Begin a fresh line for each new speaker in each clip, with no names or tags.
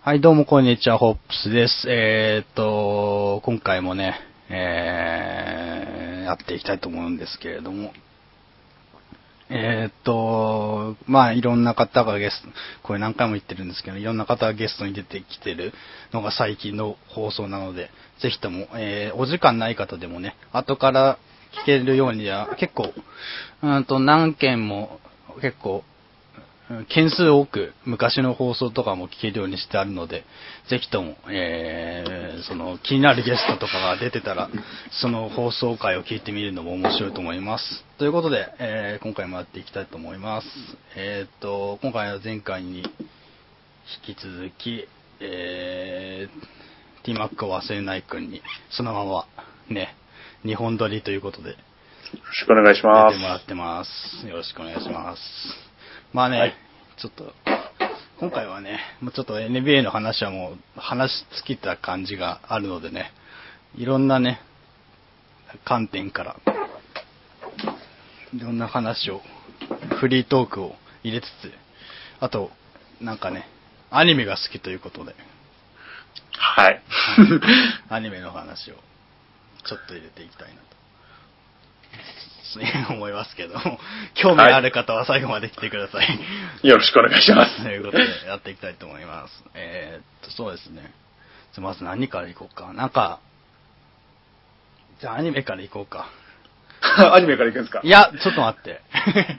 はい、どうもこんにちは、ホップスです。えー、っと、今回もね、えー、やっていきたいと思うんですけれども、えー、っと、まあ、いろんな方がゲスト、これ何回も言ってるんですけど、いろんな方がゲストに出てきてるのが最近の放送なので、ぜひとも、えー、お時間ない方でもね、後から聞けるようには、結構、うーんと、何件も、結構、うん件数多く昔の放送とかも聞けるようにしてあるので、ぜひとも、えー、その気になるゲストとかが出てたら、その放送回を聞いてみるのも面白いと思います。ということで、えー今回もやっていきたいと思います。えーっと、今回は前回に引き続き、えー、ティーマックを忘れない君に、そのまま、ね、日本撮りということで、
よろしくお願いし
や
ま
ってもらっ
す。
てます。よろしくお願いします。まあね、
はい
ちょっと、今回はね、もうちょっと NBA の話はもう話し尽きた感じがあるのでね、いろんなね、観点から、いろんな話を、フリートークを入れつつ、あと、なんかね、アニメが好きということで、
はい。
アニメの話をちょっと入れていきたいなと。そう 思いますけども、興味ある方は最後まで来てください。
よろしくお願いします。
ということで、やっていきたいと思います。えー、っと、そうですね。じゃあまず何からいこうか。なんか、じゃあアニメからいこうか。
アニメから行くんですか
い、や、ちょっと待って。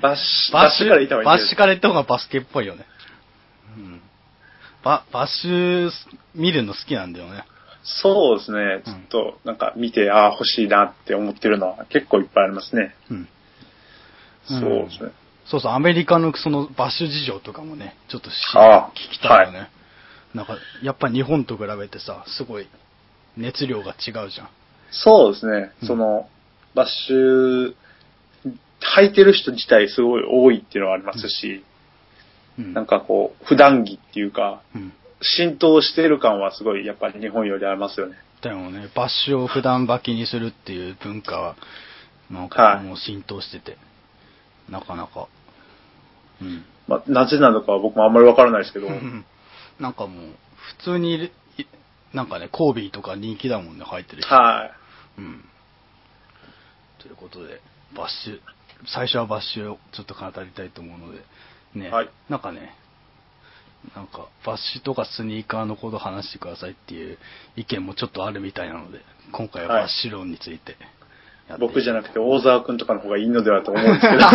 バッシュ、
バ
バ
ッ
ッ
シ
シ
ュ
ュから行った方がいい
バッ
で
シ
す
ュ。から行った方がバスケっぽいよね。うん。ババッシュ見るの好きなんだよね。
そうですね。ちょっと、なんか見て、ああ、欲しいなって思ってるのは結構いっぱいありますね。
うん。
そうですね。
そうそう、アメリカのそのバッシュ事情とかもね、ちょっとし
ああ
聞きたいよね、なんか、やっぱ日本と比べてさ、すごい熱量が違うじゃん。
そうですね
う。ん
その、バッシュ、履いてる人自体すごい多いっていうのはありますし、
うん。
なんかこう、普段着っていうか、
うん。
浸透してる感はすごい、やっぱり日本よりありますよね。
でもね、バッシュを普段履きにするっていう文化は、なん
は
か
い
もう浸透してて、なかなか。うん。
まあ、なぜなのかは僕もあんまりわからないですけど、
なんかもう、普通にいる、いなんかね、コービーとか人気だもんね、履いてる人。
はい。
うん。ということで、バッシュ、最初はバッシュをちょっと語りたいと思うので、ね、
はい
なんかね、なんか、バッシュとかスニーカーのことを話してくださいっていう意見もちょっとあるみたいなので、今回は
はい
バッシュ論についてやっていきたい
僕 じゃなくて大沢くんとかの方がいいのではと思うんですけど。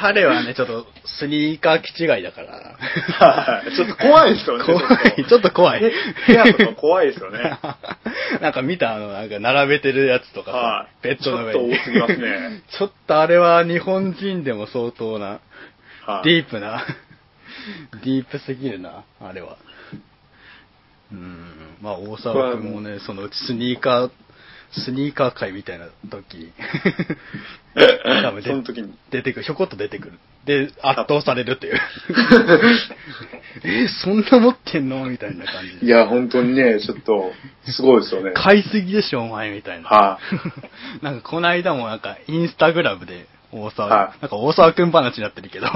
彼はね、ちょっとスニーカー気違いだから。
はいちょっと怖いですよね。
怖い、ちょっと怖い。
部屋とか怖いですよ ね。
なんか見たあの、なんか並べてるやつとかさ、
はい
ベッドの上に。
ちょっと多すぎますね。
ちょっとあれは日本人でも相当な、
はい
ディープな、 ディープすぎるな、あれは。うん、まあ大沢君もね、そのうちスニーカー、スニーカー界みたいな 時、多分出
その時に。
出てくる、ひょこっと出てくる。で、圧倒される っていう。 え、そんな持ってんのみたいな感じで。
いや、本当にね、ちょっと、すごいですよね。
買いすぎでしょ、お前みたいな。
は
なんか、この間もなんか、インスタグラムで、大沢、
はい
なんか大沢くん話になってるけ ど、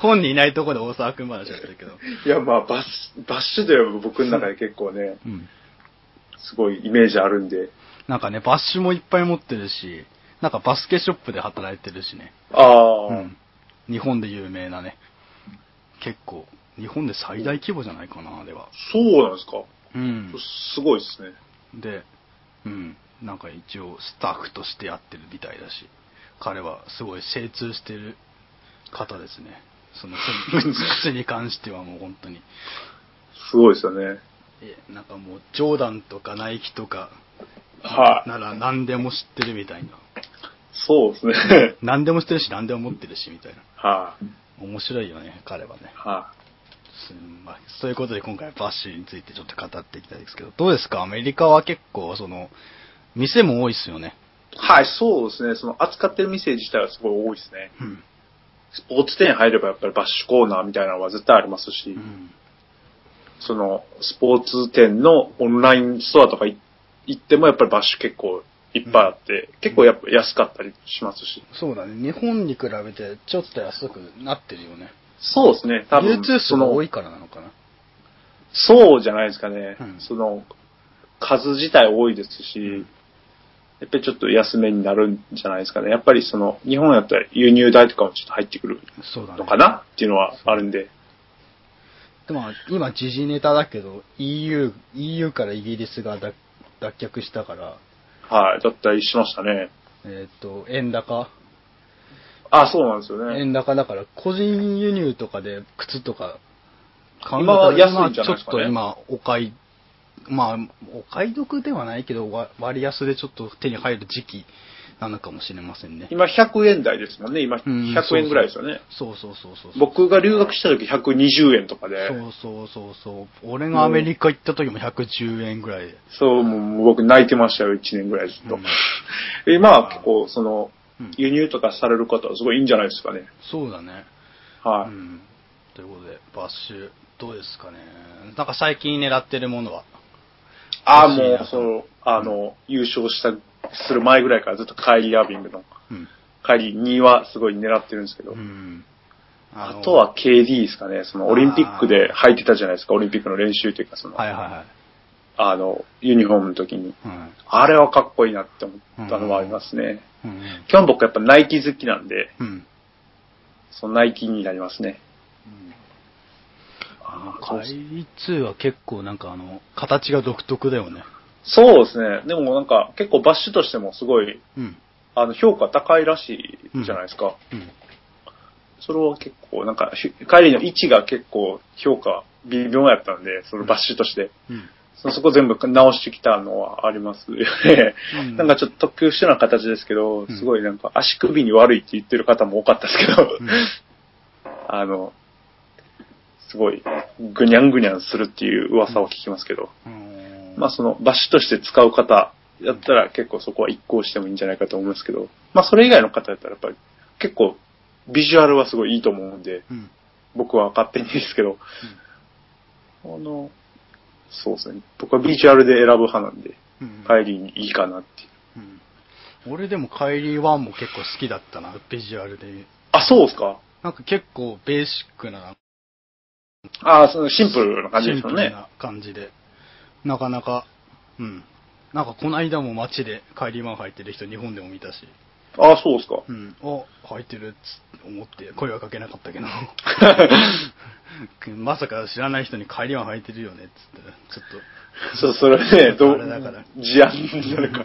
本人いないところで大沢くん話になってるけど、
いや、まあ、バッシュ、バッシュといえば僕の中で結構ね、
うん。
すごいイメージあるんで。
なんかね、バッシュもいっぱい持ってるし、なんかバスケショップで働いてるしね。
ああ、
うん。日本で有名なね。結構、日本で最大規模じゃないかな、あれは。
そうなんですか。
うん。
すごいですね。
で、うん、なんか一応スタッフとしてやってるみたいだし、彼はすごい精通してる方ですね。その 靴靴に関してはもう本当に。
すごいですよね。
え、なんかもうジョーダンとかナイキとか
はい、
なら何でも知ってるみたいな。
そうですね。 はい、
何でも知ってるし何でも持ってるしみたいな。面白いよね、彼はね。
はい、
すまあ、そういうことで今回はバッシュについてちょっと語っていきたいですけど、どうですかアメリカは結構その、店も多いっすよね。
はい、そうですね。その扱ってる店自体はすごい多いですね。
うん。
スポーツ店入ればやっぱりバッシュコーナーみたいなのは絶対ありますし、
うん。
そのスポーツ店のオンラインストアとかい行ってもやっぱりバッシュ結構いっぱいあって、結構やっぱ安かったりしますし。
そうだね。日本に比べてちょっと安くなってるよね。
そうですね。多分、
流通数
そ
が
の
多いからなのかな。
そうじゃないですかね。
うん
その、数自体多いですし、
うん
やっぱりちょっと安めになるんじゃないですかね。やっぱりその、日本やったら輸入代とかもちょっと入ってくる
そうだね。
のかなっていうのはあるんで。
でも、今、時事ネタだけど、EU、EU からイギリスが脱脱却したから、
はい。だったりしましたね。
えっ、と、円高、
あ、そうなんですよね。
円高だから、個人輸入とかで靴とか買う
今
の
は
か
安いんじゃないですかね
まあちょっと今、お買い、まあ、お買い得ではないけど、わ割安でちょっと手に入る時期なのかもしれませんね。
今100円台ですもんね。今
うん
100円ぐらいですよね。
そうそうそうそう。
僕が留学した時120円とかで、
そうそうそうそう。俺がアメリカ行った時も110円ぐらいで。
そう、もう僕泣いてましたよ、1年ぐらいずっと。
うん
今は結構、その
うん、
輸入とかされる方はすごいいいんじゃないですかね。
そうだね。
はい。
うん。ということで、バッシュ、どうですかね。なんか最近狙ってるものは。
ああ、
欲しい
も
な
う、そう、あの、優勝した、する前ぐらいからずっとカイリー・アービングの、
うん。
カイリー2はすごい狙ってるんですけど、
うん。
あ
の
と、は KD ですかね、そのオリンピックで履いてたじゃないですか、オリンピックの練習というか、その、
はいはいはい。
あの、ユニフォームの時に。
うん。
あれはかっこいいなって思ったのはありますね。
うん。
今日僕やっぱナイキ好きなんで、
うん。
そのナイキになりますね。
あの、
そう
カイツは結構なんかあの、形が独特だよね。
そうですね。でもなんか結構バッシュとしてもすごい、
うん。
あの、評価高いらしいじゃないですか。
うん。
それは結構、なんか、ひ帰りの位置が結構評価微妙やったんで、そのバッシュとして。
うん。
そそこ全部直してきたのはありますよね。
うん
なんかちょっと特殊な形ですけど、すごいなんか足首に悪いって言ってる方も多かったですけど、
うん
あの、すごい、ぐにゃんぐにゃんするっていう噂を聞きますけど、
うん
まあそのバッシュとして使う方だったら結構そこは一行してもいいんじゃないかと思うんですけど、まあそれ以外の方だったらやっぱり結構ビジュアルはすごいいいと思うんで、
うん。
僕は勝手にですけど、あの、そうですね。僕はビジュアルで選ぶ派なんで、
うん。
帰りにいいかなってい
う
う。
ん俺でもカイリー1も結構好きだったな、ビジュアルで。
あ、そうですか
なんか結構ベーシックな、
あそのシンプルな感じで
シン
す
プ
よ
ル
ね。
な感じで。なかなか、うん。なんかこの間も街でカイリー1履いてる人日本でも見たし、
あそうですか。
うん。あ、履いてるっつって思って声はかけなかったけど。 まさか知らない人にカイリー1履いてるよねっつって、ちょっと。
そう、それね、どう
あれだから、
事案になる か。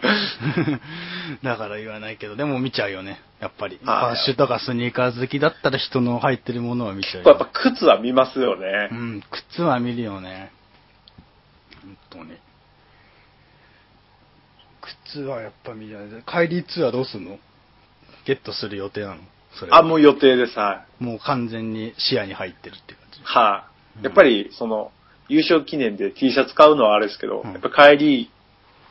だから言わないけど、でも見ちゃうよね、やっぱり。
あー
バッシュとかスニーカー好きだったら人の入ってるものは見ちゃう
や
よ
っぱ靴は見ますよね
う。ん、靴は見るよね。本当に。靴はやっぱ見るよね。帰りツアーどうすんのゲットする予定なのそれは
あ、もう予定です、はい。
もう完全に視野に入ってるって感じ。
はい、やっぱり、その、優勝記念で T シャツ買うのはあれですけど、
うん
やっぱ帰り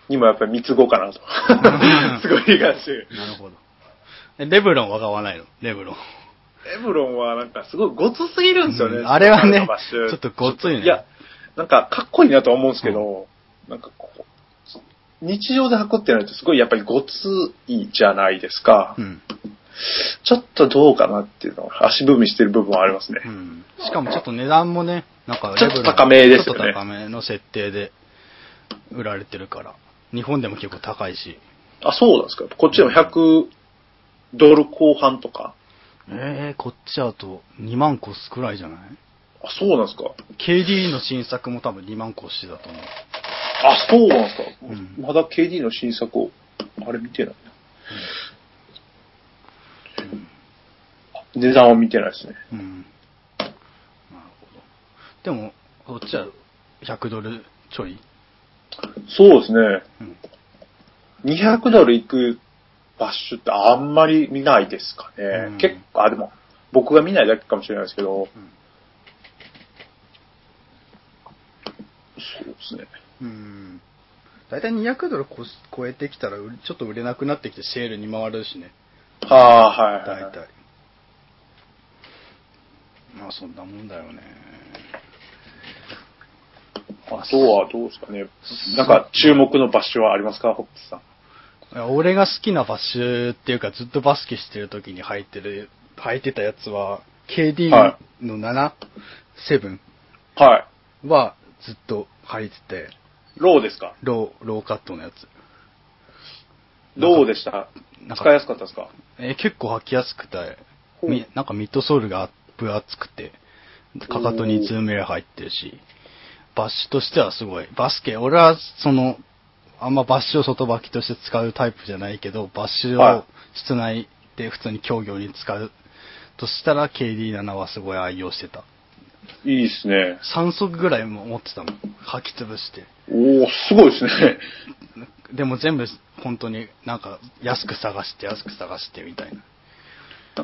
にもやっぱり三つ子かなと。 すごい気がしてる。
なるほど。えレブロンは買わないのレブロン。
エブロンはなんかすごいごつすぎるんですよね。
うんあれはね
彼のバッシュ
ちょっとごついね
いや、なんかかっこいいなとは思うんですけど、なんかこう、日常で履くってなるとすごいやっぱりごついじゃないですか。
うん。
ちょっとどうかなっていうのは足踏みしてる部分はありますね。
うんしかもちょっと値段もね、なんか
ちょっと高めですよね
ちょっと高めの設定で売られてるから。日本でも結構高いし。
あ、そうなんですか。こっちでも100ドル後半とか。
えー、こっちだと2万個少ないじゃない
あ、そうなんですか。
?KD の新作も多分2万個してだと思う。
あ、そうなんですか。
うん
まだ KD の新作を、あれ見てないな。値段を見てないですね。
うん。なるほど。でも、こっちは100ドルちょい。
そうですね。
うん。
200ドル行くバッシュってあんまり見ないですかね。
うん
結構、あ、でも、僕が見ないだけかもしれないですけど、
うん
そうですね。
うん。大体200ドルこす超えてきたら、うちょっと売れなくなってきてセールに回るしね。
ああ、はいはい
大
はい。
体まあそんなもんだよね
あとはどうですかね。なんか注目のバッシュはありますか、ホップさん。
いや俺が好きなバッシュっていうかずっとバスケしてる時に履いてる履いてたやつは KD
は
の 7?7
はい。
はずっと履いてて、
ローですか
ロー、ローカットのやつ。
どうでした
なんか
使いやすかったですか
えー結構履きやすくて、
ほう
みなんかミッドソールが分厚くて、かかとにズームレ入ってるし、バッシュとしてはすごい。バスケ、俺はその、あんまバッシュを外履きとして使うタイプじゃないけど、バッシュ
は
を室内で普通に競業に使うとしたら KD7 はすごい愛用してた。
いいですね。
3足ぐらいも持ってたもん。履き潰して。
おおすごいですね。
でも全部本当になんか安く探して安く探してみたいな。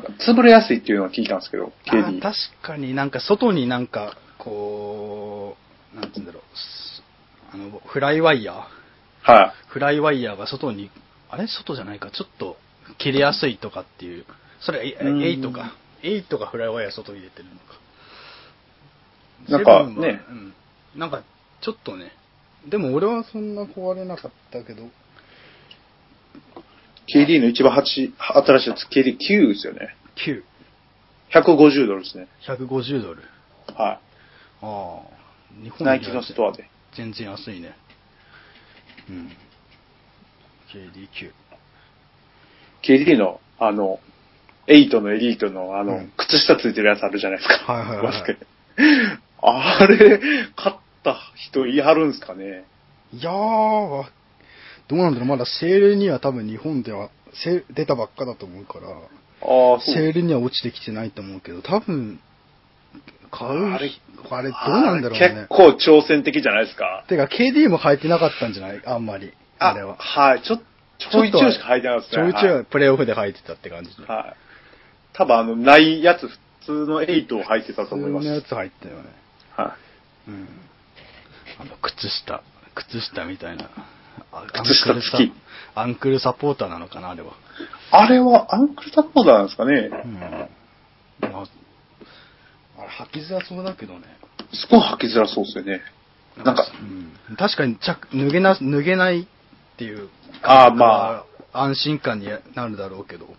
なんか、潰れやすいっていうのは聞いたんですけど、
あー
KD。
確かになんか外になんかこう、なんて言うんだろう、すあの、フライワイヤー
は
フライワイヤーが外に、あれ外じゃないか、ちょっと切れやすいとかっていう。それ、え
うん
8か。8がフライワイヤー外に出てるのか。
なんか
セブンは
ね
うん。なんか、ちょっとね。でも俺はそんな壊れなかったけど。
い。KD の一番8、新しいやつ、KD9 ですよね。
9。
150ドルですね。
150ドル。
は
ああ。日
い。
本
ナイキのストアで。
全然安いね。うん。KDQ。
KD の、あの、8のエリートの、あの、
うん
靴下ついてるやつあるじゃないですか。
はいはいはい
バスケ。あれ、買った人言い張るんですかね。
いやー、わどうなんだろう、まだセールには多分日本では、セール出たばっかだと思うから、
ああ、そう。
セールには落ちてきてないと思うけど、多分、買う
あれ
日、あれどうなんだろう
あれ
ね
結。構挑戦的じゃないですか。
てか、KD も履いてなかったんじゃないあんまり。あれは。
はい。ちょ、ちょいちょいしか履いてなかったです
ちょ
ね。
いち
は
ょいプレイオフで履いてたって感じで。
い。はい。多分あの、ないやつ、普通の8を履いてたと
普通
思いま
の
す。
やつ履いてたよね。
は
うんあの靴下、靴下みたいな。あ
靴下付き
アンクルサアンクルサポーターなのかな、あれは。
い。あれはアンクルタッパーなんですかね。
うん。まあ、あれ履きづらそうだけどね。
すごい履きづらそうですよね。なんか
うん、確かに着脱げな、脱げないっていう感
あー
覚
ま
は安心感になるだろうけど。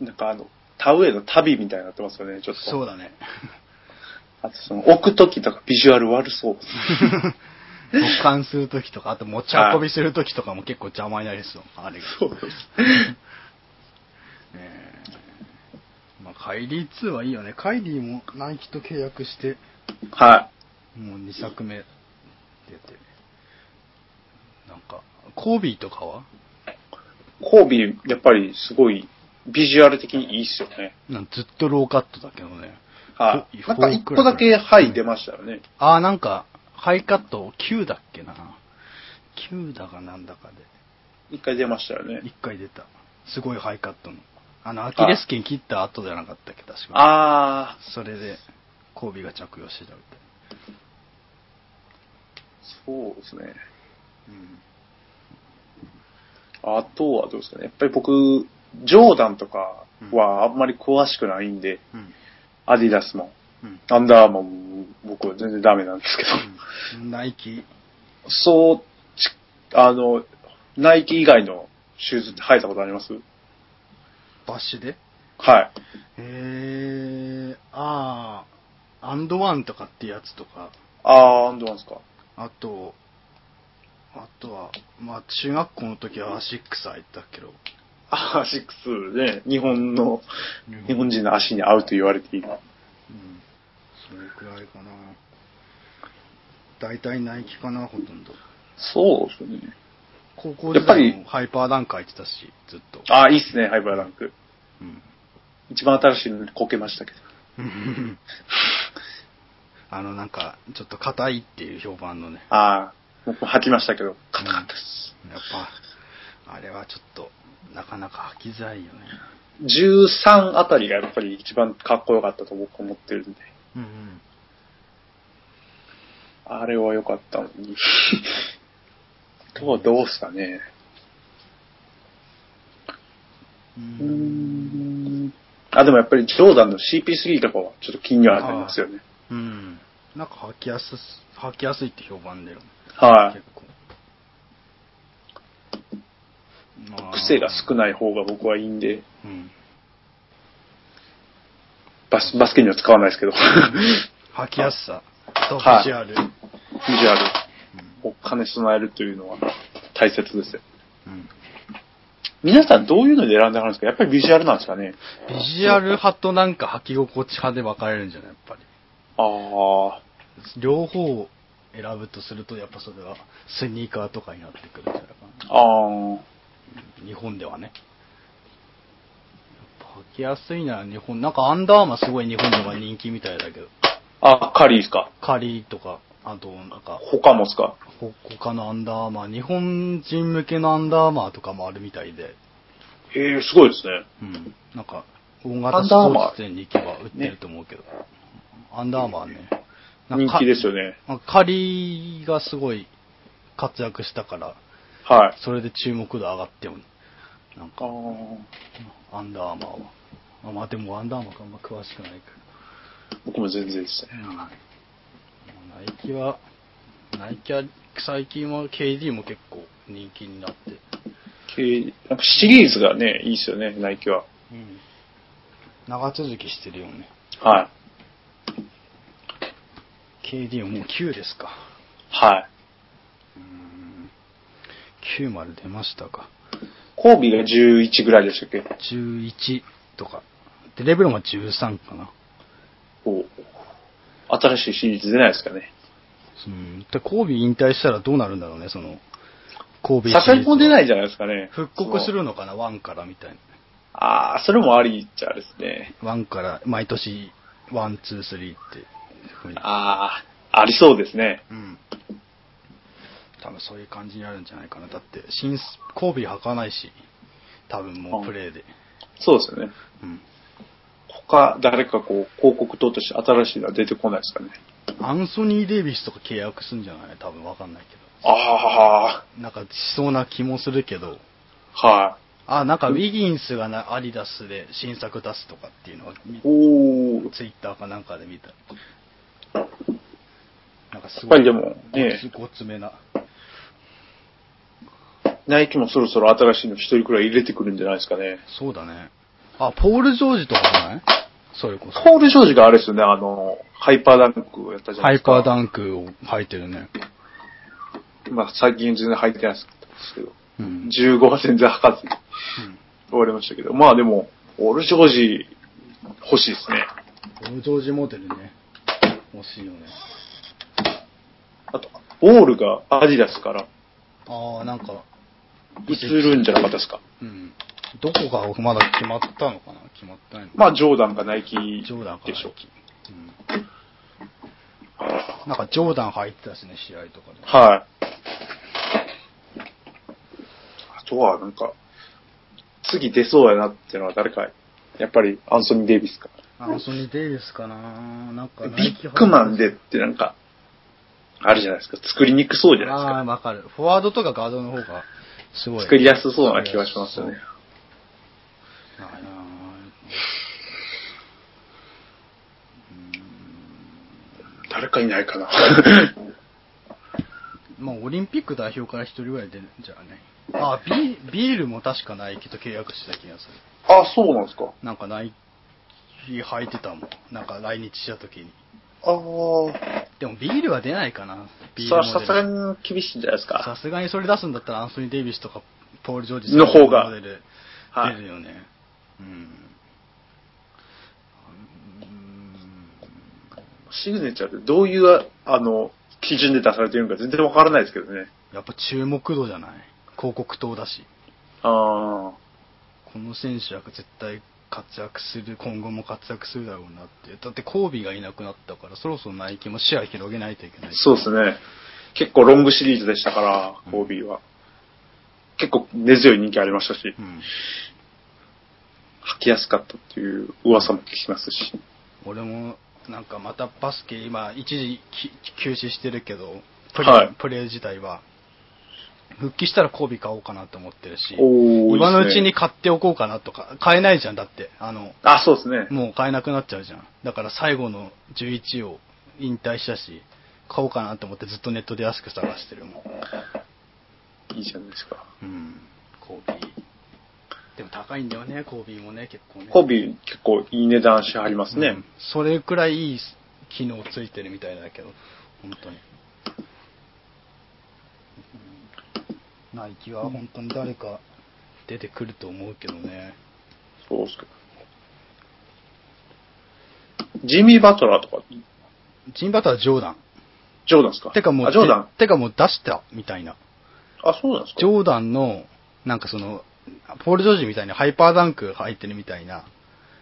なんかあの、田植えの旅みたいになってますよね、ちょっと。
そうだね。
あとその、置くときとかビジュアル悪そう。
保管するときとか、あと持ち運びするときとかも結構邪魔になりそう。あれが。
そうです。
ねえまあ、カイリー2はいいよね。カイリーもナイキと契約して、
は。
もう2作目出て。なんか、コービーとかはい
コービー、やっぱりすごい、ビジュアル的にいいっすよね。
なんずっとローカットだけどね。
はい。
フォ
な
フォー
んか一
ク
個だけ、
ラブ
はい、出ましたよね。
ああ、なんか、ハイカット9だっけな。9だかなんだか
一回出ましたよね
で、。1回出た。すごいハイカットの。あの、アキレス腱切った後じゃなかったっけ、確か。
あー、
それで、コービーが着用してたみたい。
そうですね。
うん
あとはどうですかね。やっぱり僕、ジョーダンとかはあんまり詳しくないんで、
うん。
アディダスも、
うん。
アンダーマンも僕は全然ダメなんですけど、
うんナイキ、
そう、ちあの、ナイキ以外のシューズって履いたことあります
バッシュで
はい。
えー、あー、アンドワンとかってやつとか、
あー、アンドワンですか。
あと、あとは、まあ中学校の時はアシックス入ったけど、
あー、シックスね、日本の、日本人の足に合うと言われている。
うん。それくらいかな。大体ナイキかな、ほとんど。
そうですね。
高校
や
時
っぱり
代もハイパーダンカー行ってたし、ずっと。
あー、いいっすね、ハイパーランク。
うん。
一番新しいのにこけましたけど。
あの、なんか、ちょっと硬いっていう評判のね。
あー、僕も履きましたけど、硬かったです。
やっぱ、あれはちょっと、なかなか履きづらいよね。
13あたりがやっぱり一番かっこよかったと僕思ってるんで、
うんうん。
あれは良かったの に。あとはどうっすかね。
う
うんーん。あ、でもやっぱりジョーダンの CP3 とかはちょっと気にはなりますよね。
うん。なんか履きやすす、履きやすいって評判だよね。
は
結構。ま
い。癖が少ない方が僕はいいんで、
うん。
バスバスケには使わないですけど。
履きやすさ。とビ
はい
ジュアル。
ビジュアルを兼ね備えるというのは大切ですよ。
うん
皆さんどういうので選んではるんですかやっぱりビジュアルなんですかね
ビジュアル派となんか履き心地派で分かれるんじゃないやっぱり。
ああ、
両方を選ぶとすると、やっぱそれはスニーカーとかになってくるんじゃないか
ああ、
な。日本ではね。やっぱ履きやすいなら日本、なんかアンダーアーマーすごい日本では人気みたいだけど、
あ、カリーですか
カリーとか、あとなんか、
他もですか
ほ他のアンダーアーマー、日本人向けのアンダーアーマーとかもあるみたいで、
ええすごいですね。
うん。なんか、大型スポーツ店に行けば売ってると思うけど、アンダーアーマーね。なん
人
か
気ですよね。
まあカリーがすごい活躍したから、
はい。
それで注目度上がっても、なん
あ
か、
ー
アンダーアーマーは。あまあでもアンダーアーマーがあんま詳しくないか
僕も全然ですね。
ら。まあナイキは、ナイキは最近は KD も結構人気になって、
けなんかシリーズがね、いいですよね、ナイキは。
うん、長続きしてるよね。
はい。
KD はもう9ですか。
はい。
うーん9まで出ましたか。
コービーが11ぐらいでしたっけ
11とか。で、レベルも13かな。
こう新しいシリーズ出ないですかね。
うん。で、コービー引退したらどうなるんだろうね、その、コービーシリーズは
さすがにもう出ないんじゃないですかね。
復刻するのかな、1からみたいな。
ああ、それもありっちゃあですね。
1から、毎年、1、2、3って。ふうに
ああ、ありそうですね。
うん。多分そういう感じになるんじゃないかな。だって、新、コービー履かないし、多分もうプレイで。
そうですよね。
うん。
他、誰かこう、広告塔として新しいのは出てこないですかね。
アンソニー・デイビスとか契約すんじゃない多分わかんないけ
あ
ど。なんかしそうな気もするけど。
あ、は
あ、なんかウィギンスがなアディダスで新作出すとかっていうのは、み
い。おー、
ツイッターかなんかで見た。なんかす
やっ
ご
ぱ
い
り、でも、ね、
ごつめな。
ナイキもそろそろ新しいの一人くらい入れてくるんじゃないですかね。
そうだね。あ、ポール・ジョージとかじゃないそれこそ。
ポール・ジョージがあれですよね、あの、ハイパーダンクをやったじゃな
ハ
いで
イ
すか。
パーダンクを履いてるね。
ンまあ、最近全然入ってないですけど、
うん。
15は全然履かずに終わりましたけど、まあでも、ポール・ジョージ欲しいですね。
ポール・ジョージモデルね。欲しいよね。
あと、ボールがアディダスから
ああ、なんか、
移るんじゃなかったですか。
うん。どこがまだ決まったのかな決まってないのかな
まあ、ジョーダンかナイキで
ジョーダンか
しょう。
うんなんかジョーダン入ってたしね、試合とかで。
はい。あとは、なんか、次出そうやなっていうのは誰か、やっぱりアンソニー・デイビスか。
アンソニー・デイビスかななんかナ
ビ
イキ入ってた
ッグマンでってなんか、あるじゃないですか。作りにくそうじゃないです
あ
か。
あ、わかる。フォワードとかガードの方が、すごい。
作りやすそうな気がしますよね。
そう。あー
誰かいないかな。
まあ、オリンピック代表から一人ぐらい出るんじゃないあビ、ビールも確かナイキと契約してた気がする。
あ、そうなんですか。
なんかナイキ履いてたもん。なんか来日した時に。
ああ。
でもビールは出ないかな。ビー
そ
ル
れ
モ
は
デル
さすがに厳しいんじゃないです
さ
か。
すがにそれ出すんだったらアンソニー・デイビスとかポール・ジョージ
の方が
モデル
は
出る
い。
よね。うん。
シグネチャーってどういう、あの、基準で出されてるのか全然わからないですけどね。
やっぱ注目度じゃない広告塔だし。
ああ。
この選手は絶対活躍する、今後も活躍するだろうなって。だってコービーがいなくなったから、そろそろナイキも視野広げないといけない。
そうですね。結構ロングシリーズでしたから、コービーは。結構根強い人気ありましたし、
うん。
履きやすかったっていう噂も聞きますし。
俺も、なんかまたバスケ今、一時き休止してるけど、プレ,、
はい
プレー自体は、復帰したらコービー買おうかなと思ってるし、
おー
今の
いいうっ
ち
すね
に買っておこうかなとか、買えないじゃん、だって。あの、
あ、そうですね。
もう買えなくなっちゃうじゃん。だから最後の11を引退したし、買おうかなと思ってずっとネットで安く探してるもん。
いいじゃないですか。
うん、コービー。でも高いんだよね、コービーもね、結構ね。
コービー結構いい値段しはります
う
ね
ん。それくらいいい機能ついてるみたいだけど。本当に。ナイキは本当に誰か出てくると思うけどね。
そうっすけど。ジミー・バトラーとか、
ジンバタはジョーダン。
ジョーダンですか
てかもう、
あ、ジョーダン。
てかもう出したみたいな。
あ、そうなんですか
ジョーダンの、なんかその、ポール・ジョージみたいにハイパーダンク入ってるみたいな、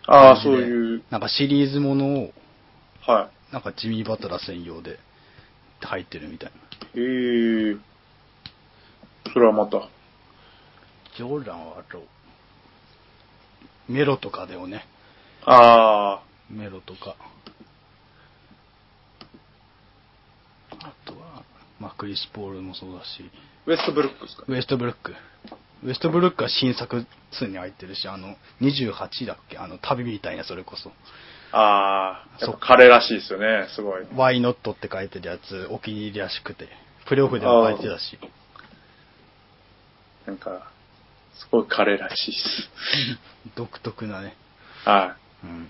ああ、
感
そう
じで
いう、
なんかシリーズものを、
は
なんかジミー・バトラー専用で入ってるみたいな。
い。へえ。それはまた。
ジョーダンはあと、メロとかだよね。
ああ、
メロとか。あとは、まあ、クリス・ポールもそうだし、
ウェストブルックですか
ウエストブルック。ウエストブルックは新作2に入ってるし、あの、28だっけあの、旅みたいな、それこそ。
ああ、や
そ
っ
う
ぱ彼らしいですよね、すごい。
Why Not って書いてるやつ、お気に入りらしくて。プレオフでも書いてたし。
なんか、すごい彼らしいです。
独特なね。
は
うん。
い。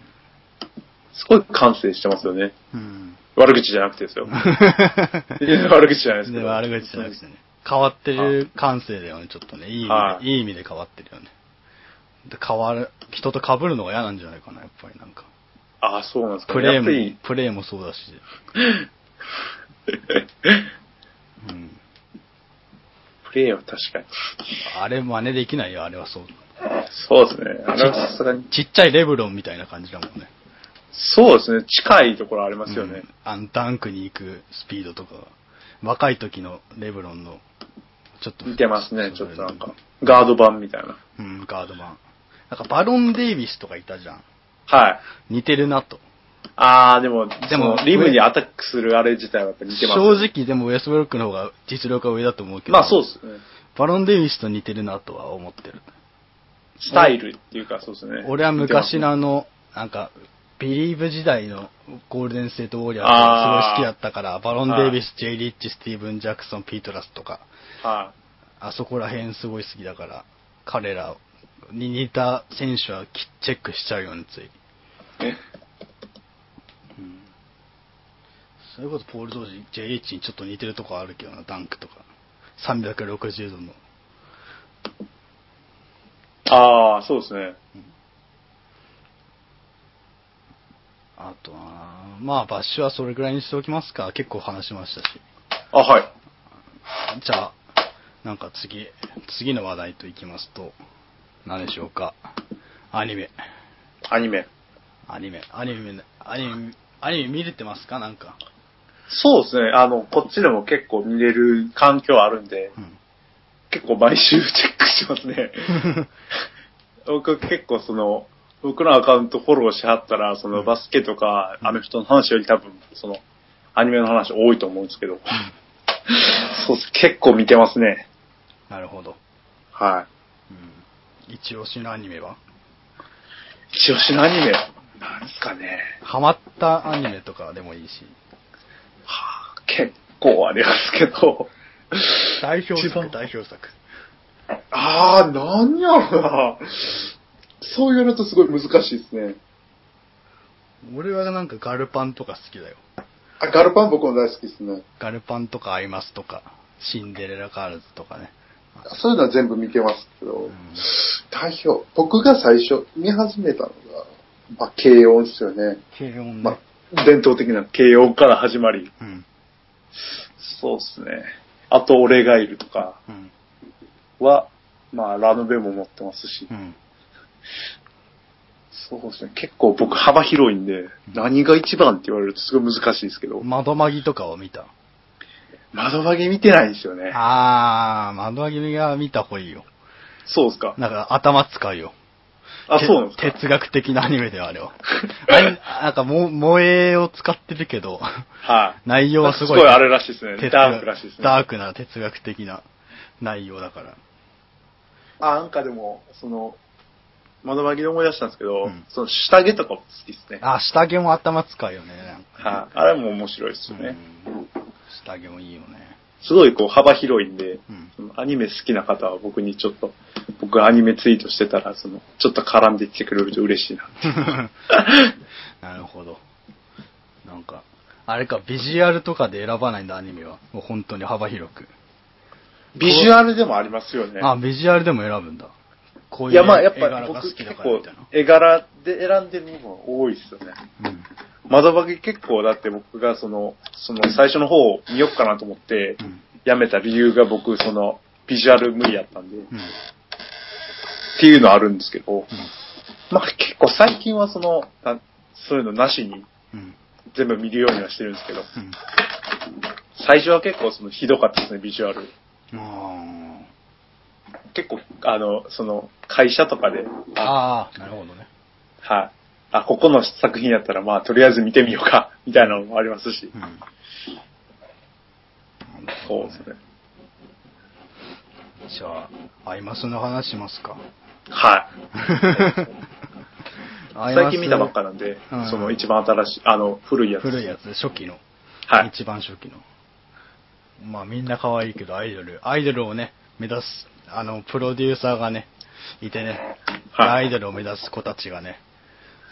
すごい感性してますよね。
うん。
悪口じゃなくてです よ。いや悪口じゃないですけ
で
ど。
も悪口じゃなくてね。変わってる感性だよね、ちょっとね。いい意味で、
はい
い、い意味で変わってるよね。で変わる、人と被るのが嫌なんじゃないかな、やっぱりなんか。
ああ、そうなんですか、
プレ
やっぱ
ー
り
も、、プレーもそうだし。 うん。
プレイは確かに。
あれ真似できないよ、あれはそう。
そうですね。あれはさすがに。
ちっちゃいレブロンみたいな感じだもんね。
そうですね。近いところありますよ
う
ね
ん。あの、ダンクに行くスピードとかが若い時のレブロンの、ちょっと。
似てますね、ちょっとなんか。ガード版みたいな。
うん、ガードマン。なんかバロン・デイビスとかいたじゃん。
はい。
似てるなと。
ああ、でも、
でも
そのリムにアタックするあれ自体はやっぱ似てます。
正直でもウェストブルックの方が実力は上だと思うけど。
まあそうですね。
バロン・デイビスと似てるなとは思ってる。
スタイルっていうかそうですね。
俺は昔のあの、なんか、ビリーブ時代のゴールデンステートウォリアーズがすごい好きだったから、バロン・デイビス、ジェイ・リッチ、スティーブン・ジャクソン、ピートラスとか、
は
あそこら辺すごい好きだから、彼らに似た選手はきチェックしちゃうよね、つい。
い。ね
うんそれこそポール・ジョージ、J リッチにちょっと似てるとこあるけどな、ダンクとか。360度の。
ああ、そうですね。
あとは、まあ、バッシュはそれぐらいにしておきますか。結構話しましたし。
あ、はい。
じゃあ、なんか次、次の話題といきますと、何でしょうか。アニメ。
アニメ。
アニメ。アニメ、アニメ、アニメ見れてますかなんか。
そうですね。あの、こっちでも結構見れる環境あるんで、
うん。
結構毎週チェックします ね。僕結構その、僕のアカウントフォローしはったら、そのバスケとかアメフトの話より多分、その、アニメの話多いと思うんですけど、 そうです。結構見てますね。
なるほど。
は。
うん。一押しのアニメはい
一押しのアニメ、なんですかね。
ハマったアニメとかでもいいし。
はあ、結構ありますけど、
代表
一番
作、代表作。
ああ、なんやろな。そう言われるとすごい難しいですね。
俺はなんかガルパンとか好きだよ。
あ、ガルパン僕も大好きですね。
ガルパンとかアイマスとか、シンデレラガールズとかね。
そういうのは全部見てますけど、
ん
代表、僕が最初見始めたのが、まあ、軽音ですよね。
軽音
まあ、伝統的な軽音から始まり。
うん。
そうですね。あと、俺がいるとか
うん。
は、まあ、ラノベも持ってますし、
うん。
そうですね。結構僕幅広いんで、何が一番って言われるとすごい難しいですけど、
窓マギとかを見た。
窓曲げ見てないんですよね。
あー、窓マギが見た方がいいよ。
そうですか。
なんか頭使うよ。
あ、
て
そうなんですか。
哲学的なアニメではあれは。あれ、なんかも、萌えを使ってるけ ど、
はい、
内容はすごい。
あれらしいです
哲
ね。
学
ダークらしいですね。
ダークな哲学的な内容だから。
あ、なんかでも、その、窓紛で思い出したんですけど、
うん
その下着とかも好きですね。はい、
あ、下着も頭使うよね。なんかね
あれも面白いですよね。
うん下着もいいよね。
すごいこう幅広いんで、
うん
そのアニメ好きな方は僕にちょっと、僕がアニメツイートしてたら、その、ちょっと絡んでき てくれると嬉しいな。
なるほど。なんか、あれか、ビジュアルとかで選ばないんだ、アニメは。もう本当に幅広く。
ビジュアルでもありますよね。
あ、ビジュアルでも選ぶんだ。こう
い
いう絵
や、まあ、やっぱ
柄が好
僕
き
結
だから
構
みたいな。
絵柄で選んでるのも多いですよね。
うん。
窓化け結構だって僕がその、その最初の方を見よっかなと思って
う、ん。
やめた理由が僕その、ビジュアル無理やったんで、っ
うん。うん
ていうのあるんですけど、まあ結構最近はその、なそういうのなしに
うん。
全部見るようにはしてるんですけど、
うん。
最初は結構そのひどかったですね、ビジュアル。
あ
結構、あの、その、会社とかで、
ーあー、なるほどね。
はい。あ、ここの作品やったら、まあ、とりあえず見てみようか、みたいなのもありますし
う。ん。
そうですね。
じゃあ、アイマスの話します か。
はい。最近見たばっか
り。
なんで
うん、
その一番新しい、あの、古いやつ。
古いやつ、初期の。
はい。
一番初期の。まあみんな可愛いけど、アイドル、アイドルをね、目指す、あの、プロデューサーがね、いてね、
は
ア
い
イドルを目指す子たちがね、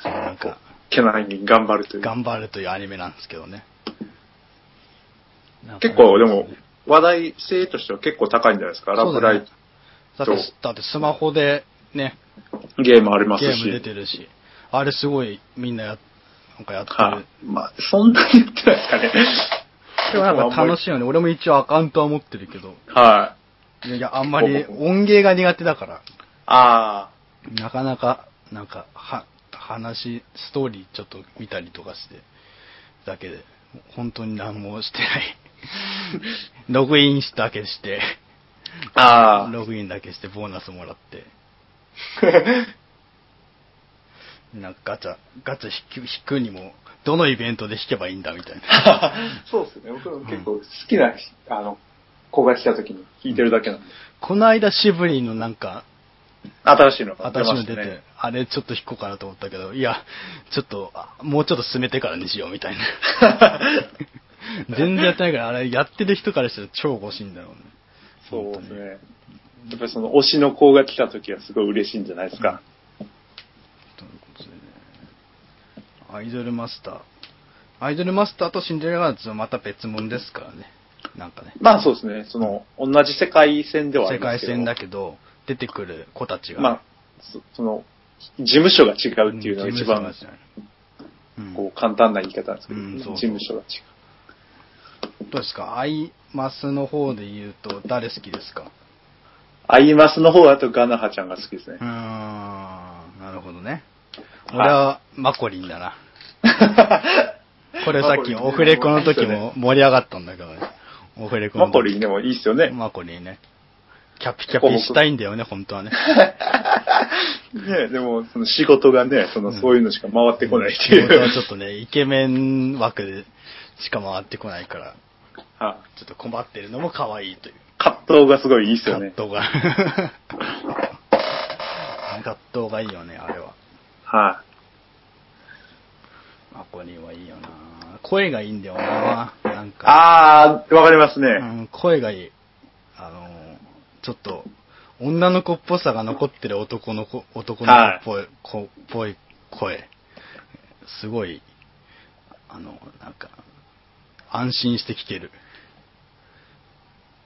そのなんか、
けなに頑張るという。
頑張るというアニメなんですけどね。
結構、でも、話題性としては結構高いんじゃないですか。ラ
そう
ブ
だ
ラ
ね
イ
だって、だってスマホでね、
ブゲームあります
ゲーム出
し。
てるし、あれすごいみんなや、なんかやって
は
る
い。。まあ、そんなに言ってないですかね。
でもなんか楽し
い。
いよね。俺も一応アカウントは持ってるけど、
はい。
いやいや、あんまり音芸が苦手だから、
あ
なかなか、なんか、は、話、ストーリーちょっと見たりとかして、だけで、本当に何もして ない。ログインだけして、
あ。あ あ。
ログインだけしてボーナスもらって、なんかガチャ、ガチャ引く引くにも、どのイベントで引けばいいんだみたいな。
そうですね。僕も結構好きな、あの、子が来た時に弾いてるだけなんで。
この間シブリのなんか、
新しいのが出
新しい
ま
の
し
出
た
て、
ね。
あれちょっと引こうかなと思ったけど、いや、ちょっと、あもうちょっと進めてからにしようみたいな。 全然やってないから、あれやってる人からしたら超欲しいんだろうね。
そうです
本。
ねやっぱりその推しの子が来た時はすごい嬉しいんじゃないですか。
当に。ということでねアイドルマスター。アイドルマスターとシンデレラガールズはまた別物ですからね。なんかね。
まあそうですね。その、同じ世界線ではあ
世
りま
界
すけど。
線だけど、出てくる子たちが。
まあ、そその、事務所が違うっていうの
ん
が
事
一
務
番、
所が違ううん
こう、簡単な言い方なんですけど、
うんそうそう
事務所が違う。
どうですかアイマスの方で言うと誰好きですか
アイマスの方だとガナハちゃんが好きですね
うー。ん、なるほどね。
はい
俺はマコリンだな。これさっきオフレコの時も盛り上がったんだけどね。オフレコの
マ
時
コリンでもいいですよね。
マコリンね。キャピキャピしたいんだよね、本当はね。
ねでも、その仕事がね、その、
うん
そういうのしか回ってこないってい
仕
う。
事はちょっとね、イケメン枠でしか回ってこないから、
は
ちょっと困ってるのも可愛いという
い葛藤がすごいいいですよ
葛
ね。
藤が。 葛藤がいいよね、あれは。
は
マコリンはいいよな声がいいんだよななん
い。
か。
あー、わかりま す
う
ね。
ん、声がいい。あのーちょっと、女の子っぽさが残ってる男の子、男の子っぽい、子っぽい声。すごい、あの、なんか、安心して聞ける。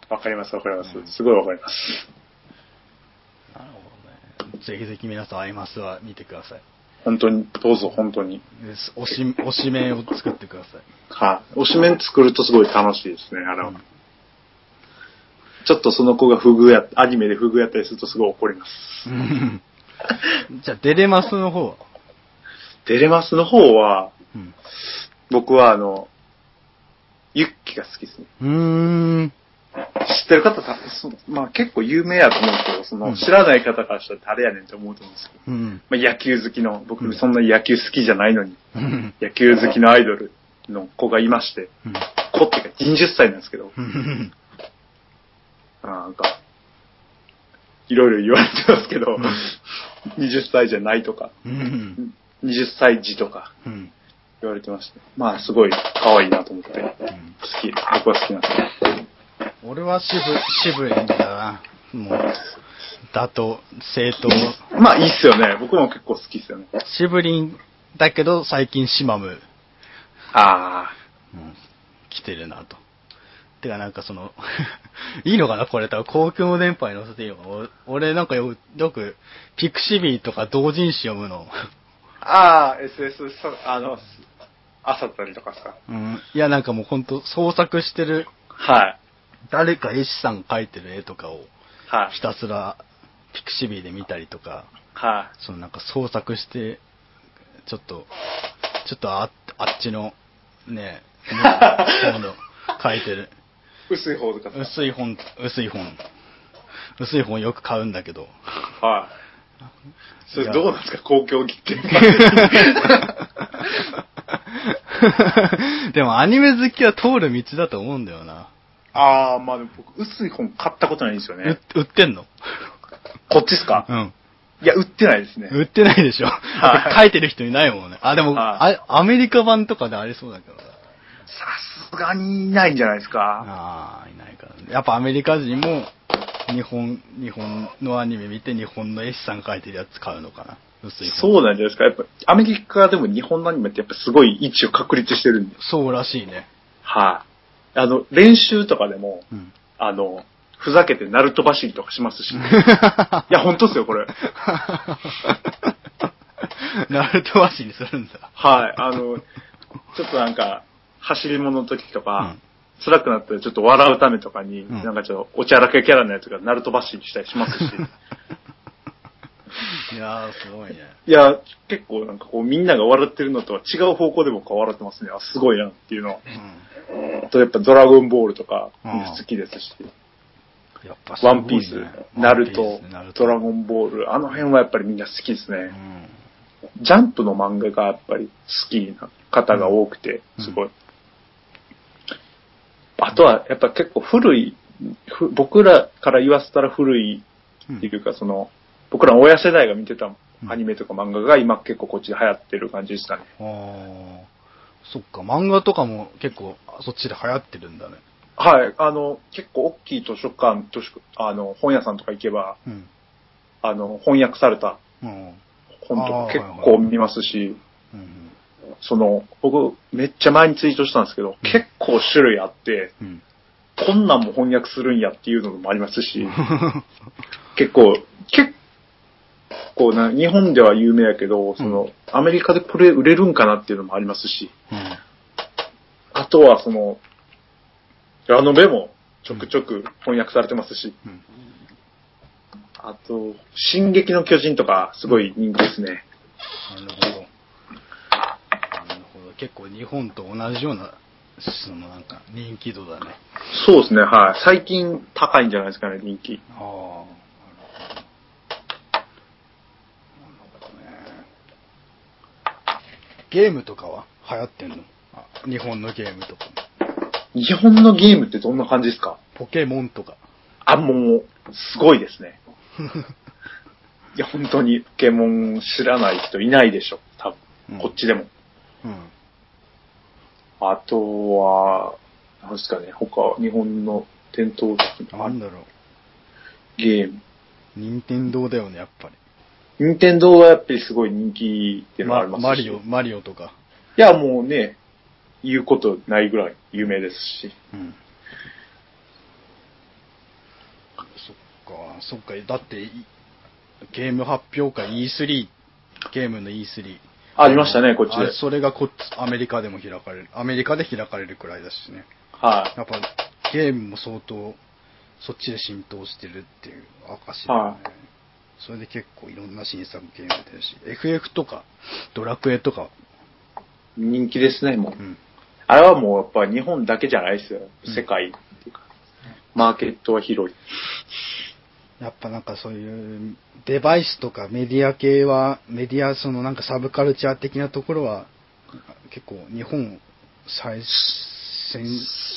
わかります、わかります。すごいわかります。
なるほどね。ぜひぜひ皆さん、アイマスは見てください。
本当に、どうぞ、本当に。
です推し、推し名を作ってください。
はい。推しメン作るとすごい楽しいですね、あれは。ちょっとその子が不遇や、アニメで不遇やったりするとすごい怒ります。
うん じゃあ、デレマスの方は。
デレマスの方は、
うん
僕はあの、ユッキが好きですね。
うーん。
知ってる方た、そまあ結構有名やと思うんですけど、その、
うん
知らない方からしたら誰やねんって思うと思うんですけど、
うん。
まあ野球好きの、
う
僕
ん
そんなに野球好きじゃないのに、
うん。
野球好きのアイドルの子がいまして、
うん
子っていうか40歳なんですけど、
うん。
なんか、いろいろ言われてますけど、
うん
20歳じゃないとか、
うん。
20歳児とか
うん。
言われてまして、まあすごい可愛いなと思って、好
ん
き、僕は好きなんですけど
俺は渋、渋いんだな。もう、だと、正当。
まあいいっすよね。僕も結構好きっすよね。
渋りんだけど、最近シマム
あ
うん、来てるなと。てかなんかその、 いいのかなこれ、多分公共の電波に載せていいのかなお俺なんかよよく、ピクシビーとか同人誌読むの。
ああ、SS、そうあの、朝だったりとかさ。
うん、いやなんかもうほんと創作してる、
はい。
誰か絵師さんが描いてる絵とかを、
はい。
ひたすらピクシビーで見たりとか、
は
そのなんか創作して、ちょっと、ちょっとああっちの、ね、 本の書いてる。
い。薄い方とかさ。
薄い本、薄い本。薄い本よく買うんだけ ど。
はい。そ
い
れ
や
どうなんですか公共切って。
でもアニメ好きは通る道だと思うんだよな。
ああ、まあでも僕、薄い本買ったことないんですよね。
う売ってんの
こっちですか
うん。
いや、売ってないですね。
売ってないでしょ。
は
だ
い
って書いてる人いないもんね。あ、でも、
は
あアメリカ版とかでありそうだけどな。
さすがにいないんじゃないですか。
ああ、いないから、ね。やっぱアメリカ人も、日本、日本のアニメ見て、日本の絵師さんが描いてるやつ買うのかな。薄い本
そうなんじゃないですか。やっぱ、アメリカでも日本のアニメってやっぱすごい位置を確立してるんで。
そうらしい ね。
はい。あの、練習とかでも、
うん。
あの、ふざけてナルト走りとかし ますし、ね。いや、本当っすよ、これ。
ナルト足にするんだ。
はい。あの、ちょっとなんか、走り物の時と
う
か
ん、
辛くなったらちょっと笑うためとかに、
うん
なんかちょっと、おちゃらけキャラのやつがナルト走りしたりします し、
いやー、すごいね。
いや、結構なんかこう、みんなが笑ってるのとは違う方向で僕は笑ってますね。あ、すごいなっていうのは。
うん。
あとやっぱドラゴンボールとか
うん
好きですし、
やっぱ
ワンピース、ナルト、ドラ
ン。
ゴンボール、あの辺はやっぱりみんな好きです
う
ね。
ん。
ジャンプの漫画がやっぱり好きな方が多くて、
うん
すごい。あとはやっぱ結構古い、ふ僕らから言わせたら古いっていうか、その、僕ら親世代が見てたアニメとか漫画が今結構こっちで流行ってる感じですかね。
あーそっか、漫画とかも結構そっちで流行ってるんだね。
はい、あの、結構大きい図書館、図書あの、本屋さんとか行けば、
うん。
あの、翻訳された
うん。
本
あー
とか結構見ますし、
うん。
その、僕、めっちゃ前にツイートしたんですけど、結構種類あって、
うん。
こんなんも翻訳するんやっていうのもありますし、結構、結構な、日本では有名やけど、その、アメリカでこれ売れるんかなっていうのもありますし、
うん
あとはその、ラノベもちょくちょく翻訳されてますし、
うん
あと、進撃の巨人とか、すごい人気ですね。
なるほど。なるほど。結構日本と同じような、そのなんか人気度だね。
そうですね、はい。最近高いんじゃないですかね、人気。
ああ、なるほど。なるほどね。ゲームとかは流行ってんのあ日本のゲームとかも。
日本のゲームってどんな感じですか
ポケモンとか。
あ、もう、すごいで すね。いや、本当に、ポケモン知らない人いないでしょ、多
うん
分。こっちでも。
うん。
あとは、何ですかね、他、日本の伝統的
な
なん
だろう。
ゲーム。
任天堂だよね、やっぱり。
任天堂はやっぱりすごい人気っていうのはありますし、
マリオ、マリオとか。
いや、もうね、言うことないぐらい有名ですし。
うん。そっか、そっか、だってい、ゲーム発表会 E3、ゲームの E3。
ありましたね、こっちで
あ。それがこっち、アメリカでも開かれる、アメリカで開かれるくらいだしね。
は
やっぱ、ゲームも相当、そっちで浸透してるっていう証だよね。
はい
それで結構いろんな新作ゲーム出るし、FF とか、ドラクエとか、
い。人気ですね、もう
う。ん。
あれはもうやっぱ日本だけじゃないですよ。世界っていうか。マーケットは広い。
やっぱなんかそういうデバイスとかメディア系はメディアそのなんかサブカルチャー的なところは結構日本最先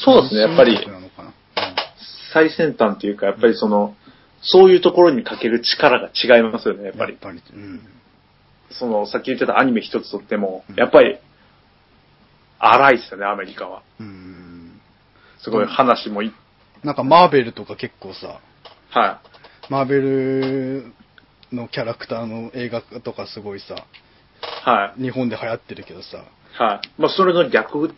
そうですねやっぱり
先進国なのかな
最先端っていうか、やっぱりその、そういうところにかける力が違いますよね、やっ
うん
ぱ
や
り
っ。ぱりうん
その、さっき言ってたアニメ一つとっても
うん、
やっぱり、荒いですよね、アメリカは。
うん
すごい話もい、
なんかマーベルとか結構さ
は
マーベルのキャラクターの映画とかすごいさ
い。はい。
日本で流行ってるけどさ
はい。まあ、それの逆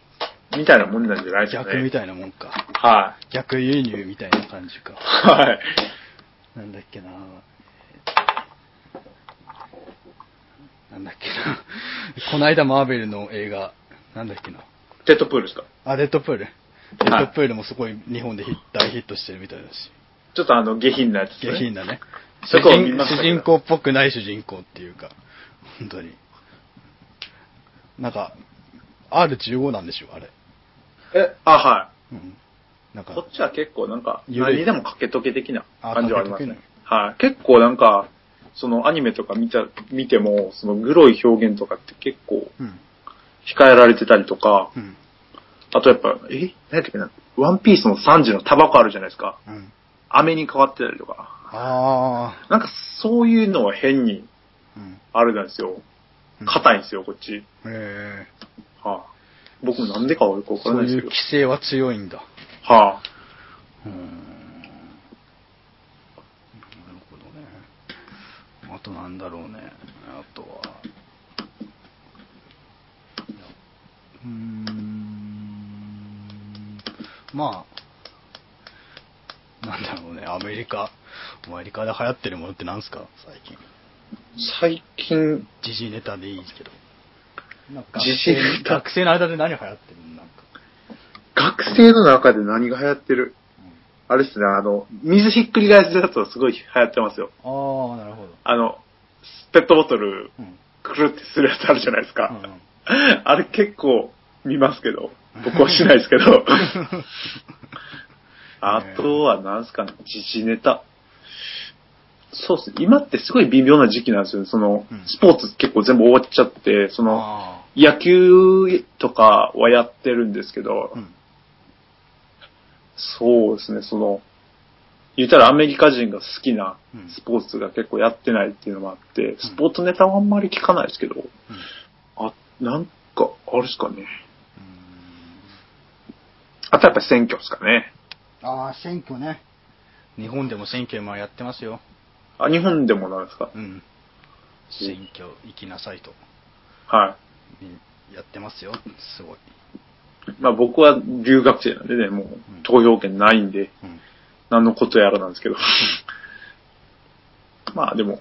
みたいなもんなんじゃないですかね。
逆みたいなもんか。
は
逆輸入みたいな感じか
い。。はい。
なんだっけななんだっけなこないだマーベルの映画、なんだっけな
デッドプールですか
あ、デッドプール。デッドプールもすごい日本でヒッ大ヒットしてるみたいだし。
ちょっとあの、下品なやつですね。
下品だね。
そ
主
こを
人
見ました
主
けど
人公っぽくない主人公っていうか、本当に。なんか、R15 なんでしょ、あれ。
え、あ、は
うん。なん
い。
か
こ、っちは結構なんか、
緩い
何でも掛けとけ的な
あ
感じはありますね
掛けと。
はい。結構なんか、そのアニメとか見た、見ても、そのグロい表現とかって結構
うん。
控えられてたりとか、
うん。
あとやっぱ、え、何やったっけな、ワンピースのサンジのタバコあるじゃないですか。
うん。
飴に変わってたりとか。
あ
なんかそういうのは変に
ー。うん。
あれなんですよ。
い。
硬いんですよ、こっち。
えー
はい、僕もなんでかはよくわから
そ
な
う
いで
い
す
う
けど
規。制は強いんだ。
はい、
うーん。なるほどね。あとなんだろうね。あとは。うーん。まあ。なんだろうね。アメリカ。アメリカで流行ってるものってなんすか最近。
最近、
時事ネタでいいですけど。なんか
時事ネタ
学生の間で何流行ってるのなんか。
学生の中で何が流行ってるあれですね、あの、水ひっくり返すやつはすごい流行ってますよ。
うんああ、なるほど。
あの、ペットボトル、
うん。
くるってするやつあるじゃないですか。
うんうん
あれ結構見ますけど、僕はしないですけ ど。あとは何すかね、時事ネタ。そうっすね、今ってすごい微妙な時期なんですよね。その
うん、
スポーツ結構全部終わっちゃって、その、
あ
野球とかはやってるんですけど
あ、うん。
そうですね、その、言ったらアメリカ人が好きな
うん
スポーツが結構やってないっていうのもあって、スポーツネタはあんまり聞かないですけど、
うん
あ、なんか、あれですかね。あとやっぱ選挙ですかね。
ああ、選挙ね。日本でも選挙今やってますよ。
あ、日本でもなんですか
うん。選挙行きなさいと。
は
やってますよ。すごい。
い。まあ僕は留学生なんでね、もう投票権ないんで、
うん。
何のことやらなんですけど。 まあでも、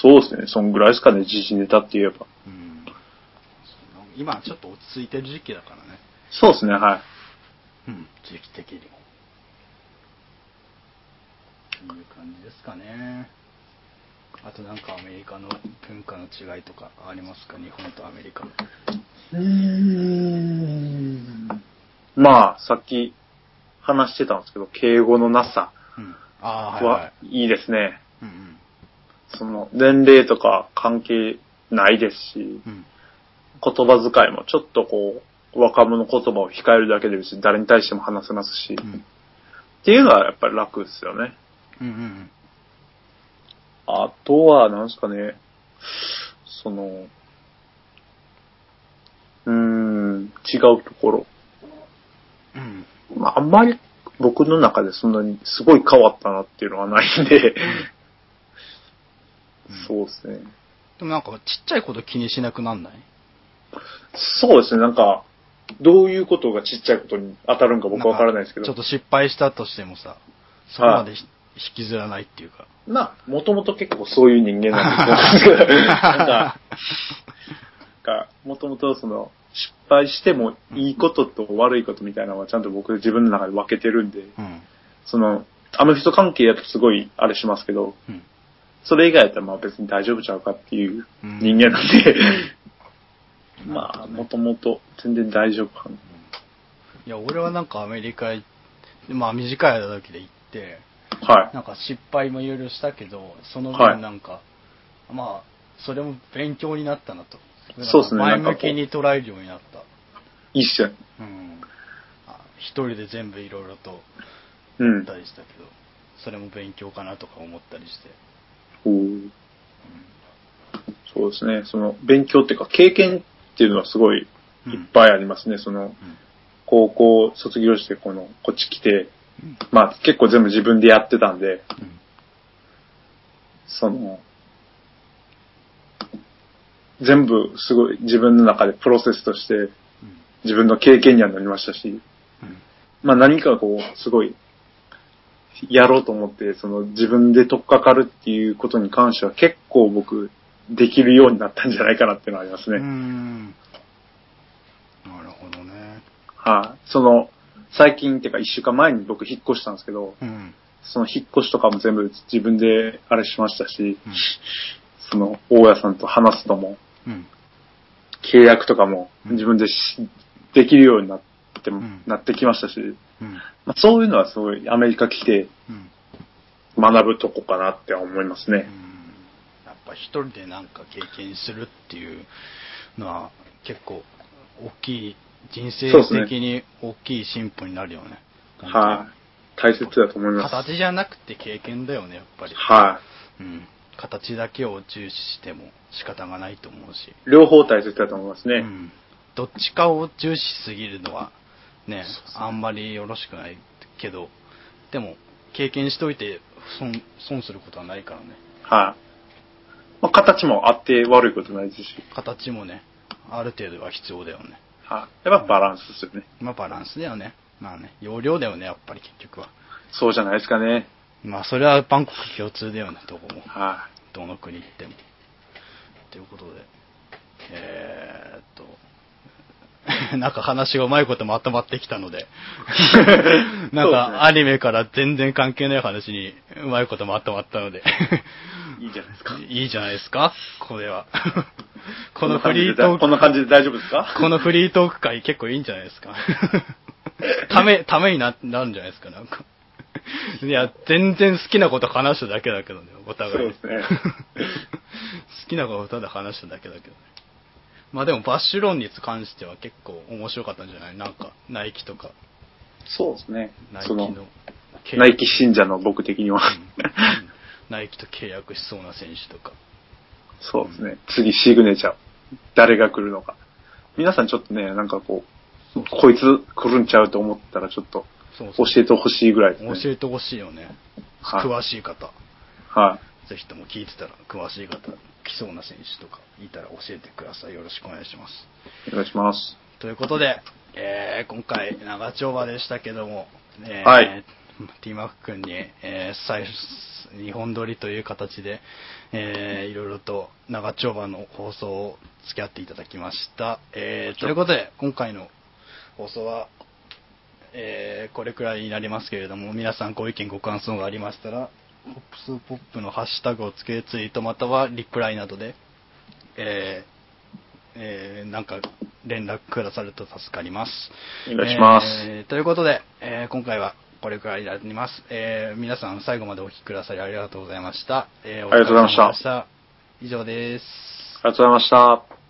そうですね、そんぐらいですかね、時事ネタって言えば。
うん、今ちょっと落ち着いてる時期だからね。
そうですね、はい。
うん。時期的にも。という感じですかね。あとなんかアメリカの文化の違いとかありますか日本とアメリカの。
うーんまあ、さっき話してたんですけど、敬語のなさ
うん。ああ、はい、は。
はいいいですね。
うんうん。
その、年齢とか関係ないですし、
うん。
言葉遣いもちょっとこう、若者言葉を控えるだけで別に誰に対しても話せますし、
う
っ
ん。
ていうのはやっぱり楽ですよね。
うんうん
あとは、なんですかね、その、うーん、違うところ。
うん。うん。
まあ、あんまり僕の中でそんなにすごい変わったなっていうのはないんで、そうですね。
でもなんかちっちゃいこと気にしなくなんない
そうですね、なんか、どういうことがちっちゃいことに当たるんか僕はわからないですけ
ちょっ
ど、
と失敗したとしてもさ、そこまでひ引きずらないっていうか。
まあ、もともと結構そういう人間なんですよ。 なんか、なんか、もともとその、失敗してもいいことと悪いことみたいなのはちゃんと僕自分の中で分けてるんで、
うん。
その、アメフト関係やとすごいあれしますけど、
うん。
それ以外やったらまあ別に大丈夫ちゃうかっていう
うん
人間な んで、
なる
ま
ほ
あ、
ど
も
ね
ともと全然大丈夫かな。
いや、俺はなんかアメリカ行って、まあ短い間だけで行って、
はい。
なんか失敗もいろいろしたけど、その
はい
分なんか、まあ、それも勉強になったなと。
そうっすね
な
なんん
か前向
かこう
きに捉えるようになった。
一緒。
うん。あ一人で全部いろいろと
う
やっ
ん
た。りしたけど、それも勉強かなとか思ったりして。
おーそうですね。その、勉強っていうか、経験っていうのはすごいいっ
うん
ぱいありますね。そ
う
の、
ん
高校卒業して、この、こっち来て、
うん
まあ、結構全部自分でやってたんで、
うん
その、全部すごい自分の中でプロセスとして
うん
自分の経験にはなりましたし、
うん
まあ何かこう、すごい、やろうと思って、その自分で取っかかるっていうことに関しては結構僕、できるようになったんじゃないかなっていうのはありますね。
うーん。なるほどね。
はい、その、最近っていうか一週間前に僕引っ越したんですけど、
うん。
その引っ越しとかも全部自分であれしましたし、
うん
その、大家さんと話すのも、
うん。
契約とかも
うん
自分でし、できるようになっても、
うん
なってきましたし、
うん。
まあ、そういうのはすごいアメリカ来て
うん。
学ぶとこかなって思います
う
ね。
んやっぱ一人でなんか経験するっていうのは結構大きい、人生
そうですね
的に大きい進歩になるよね。
はい、大切だと思います。はい、
形じゃなくて経験だよね、やっぱり。うん。形だけを重視しても仕方がないと思うし。
両方大切だと思います
う
ね。
ん。どっちかを重視しすぎるのはね
そう、そう
あんまりよろしくないけど、でも経験しといて損損することはないからね。
はい、まあ、形もあって悪いことないですし、
形もね、ある程度は必要だよね。
はい、やっぱバランスですよね。
まあバランスだよね。まあね、容量だよね、やっぱり結局は。
そうじゃないですかね。
まあそれはバンコク共通だよね、どこも。
は
どの国行っても。ということで、えーっと、なん か話がうまいことまとまってきたので、 なん
そうですね
かアニメから全然関係ない話にうまいことまとまったので、
い、いいじゃないですか。
いいじゃないですか、これ は。この
こんな感
フ
じ
リ
で
ートー
こ
ク、
んな感じで大丈夫ですか
このフリートーク会結構いいんじゃないですか。 ため、ためにななるんじゃないですか、なんか。いや、全然好きなこと話しただけだけどね、お互い。
そうですね
好きなことただ話しただけだけどね。まあでも、バッシュ論に関しては結構面白かったんじゃないなんか、ナイキとか、
そうですね。
ナイキ
その
の、契約
ナイキ信者の僕的には。
うんナイキと契約しそうな選手とか。
そうですね。次、シグネチャー。誰が来るのか。皆さんちょっとね、なんかこう、こいつ来るんちゃうと思ったらちょっと
そう
教
そう
えてほしいぐらいですね。
教えてほしいよね。
はい
詳しい方。
はい。
ぜひとも聞いてたら、詳しい方、来そうな選手とかいたら教えてください。よろしくお願いします。
お願いします。
ということで、えー今回、長丁場でしたけども、えー
はい
ティーマック君に、えー最初、日本撮りという形で、えーいろいろと長丁場の放送を付き合っていただきました。えーということで、今回の放送は、えーこれくらいになりますけれども、皆さんご意見、ご感想がありましたら、ポップスポップのハッシュタグをつけツイートまたはリプライなどで、えーえーなんか連絡くださると助かります。
お願いします
えーということで、えー今回はこれくらいになります、えー皆さん最後までお聞きくださりありがとうございました。えーお疲れ様で
ありがとうございました
した。以上です。
ありがとうございました。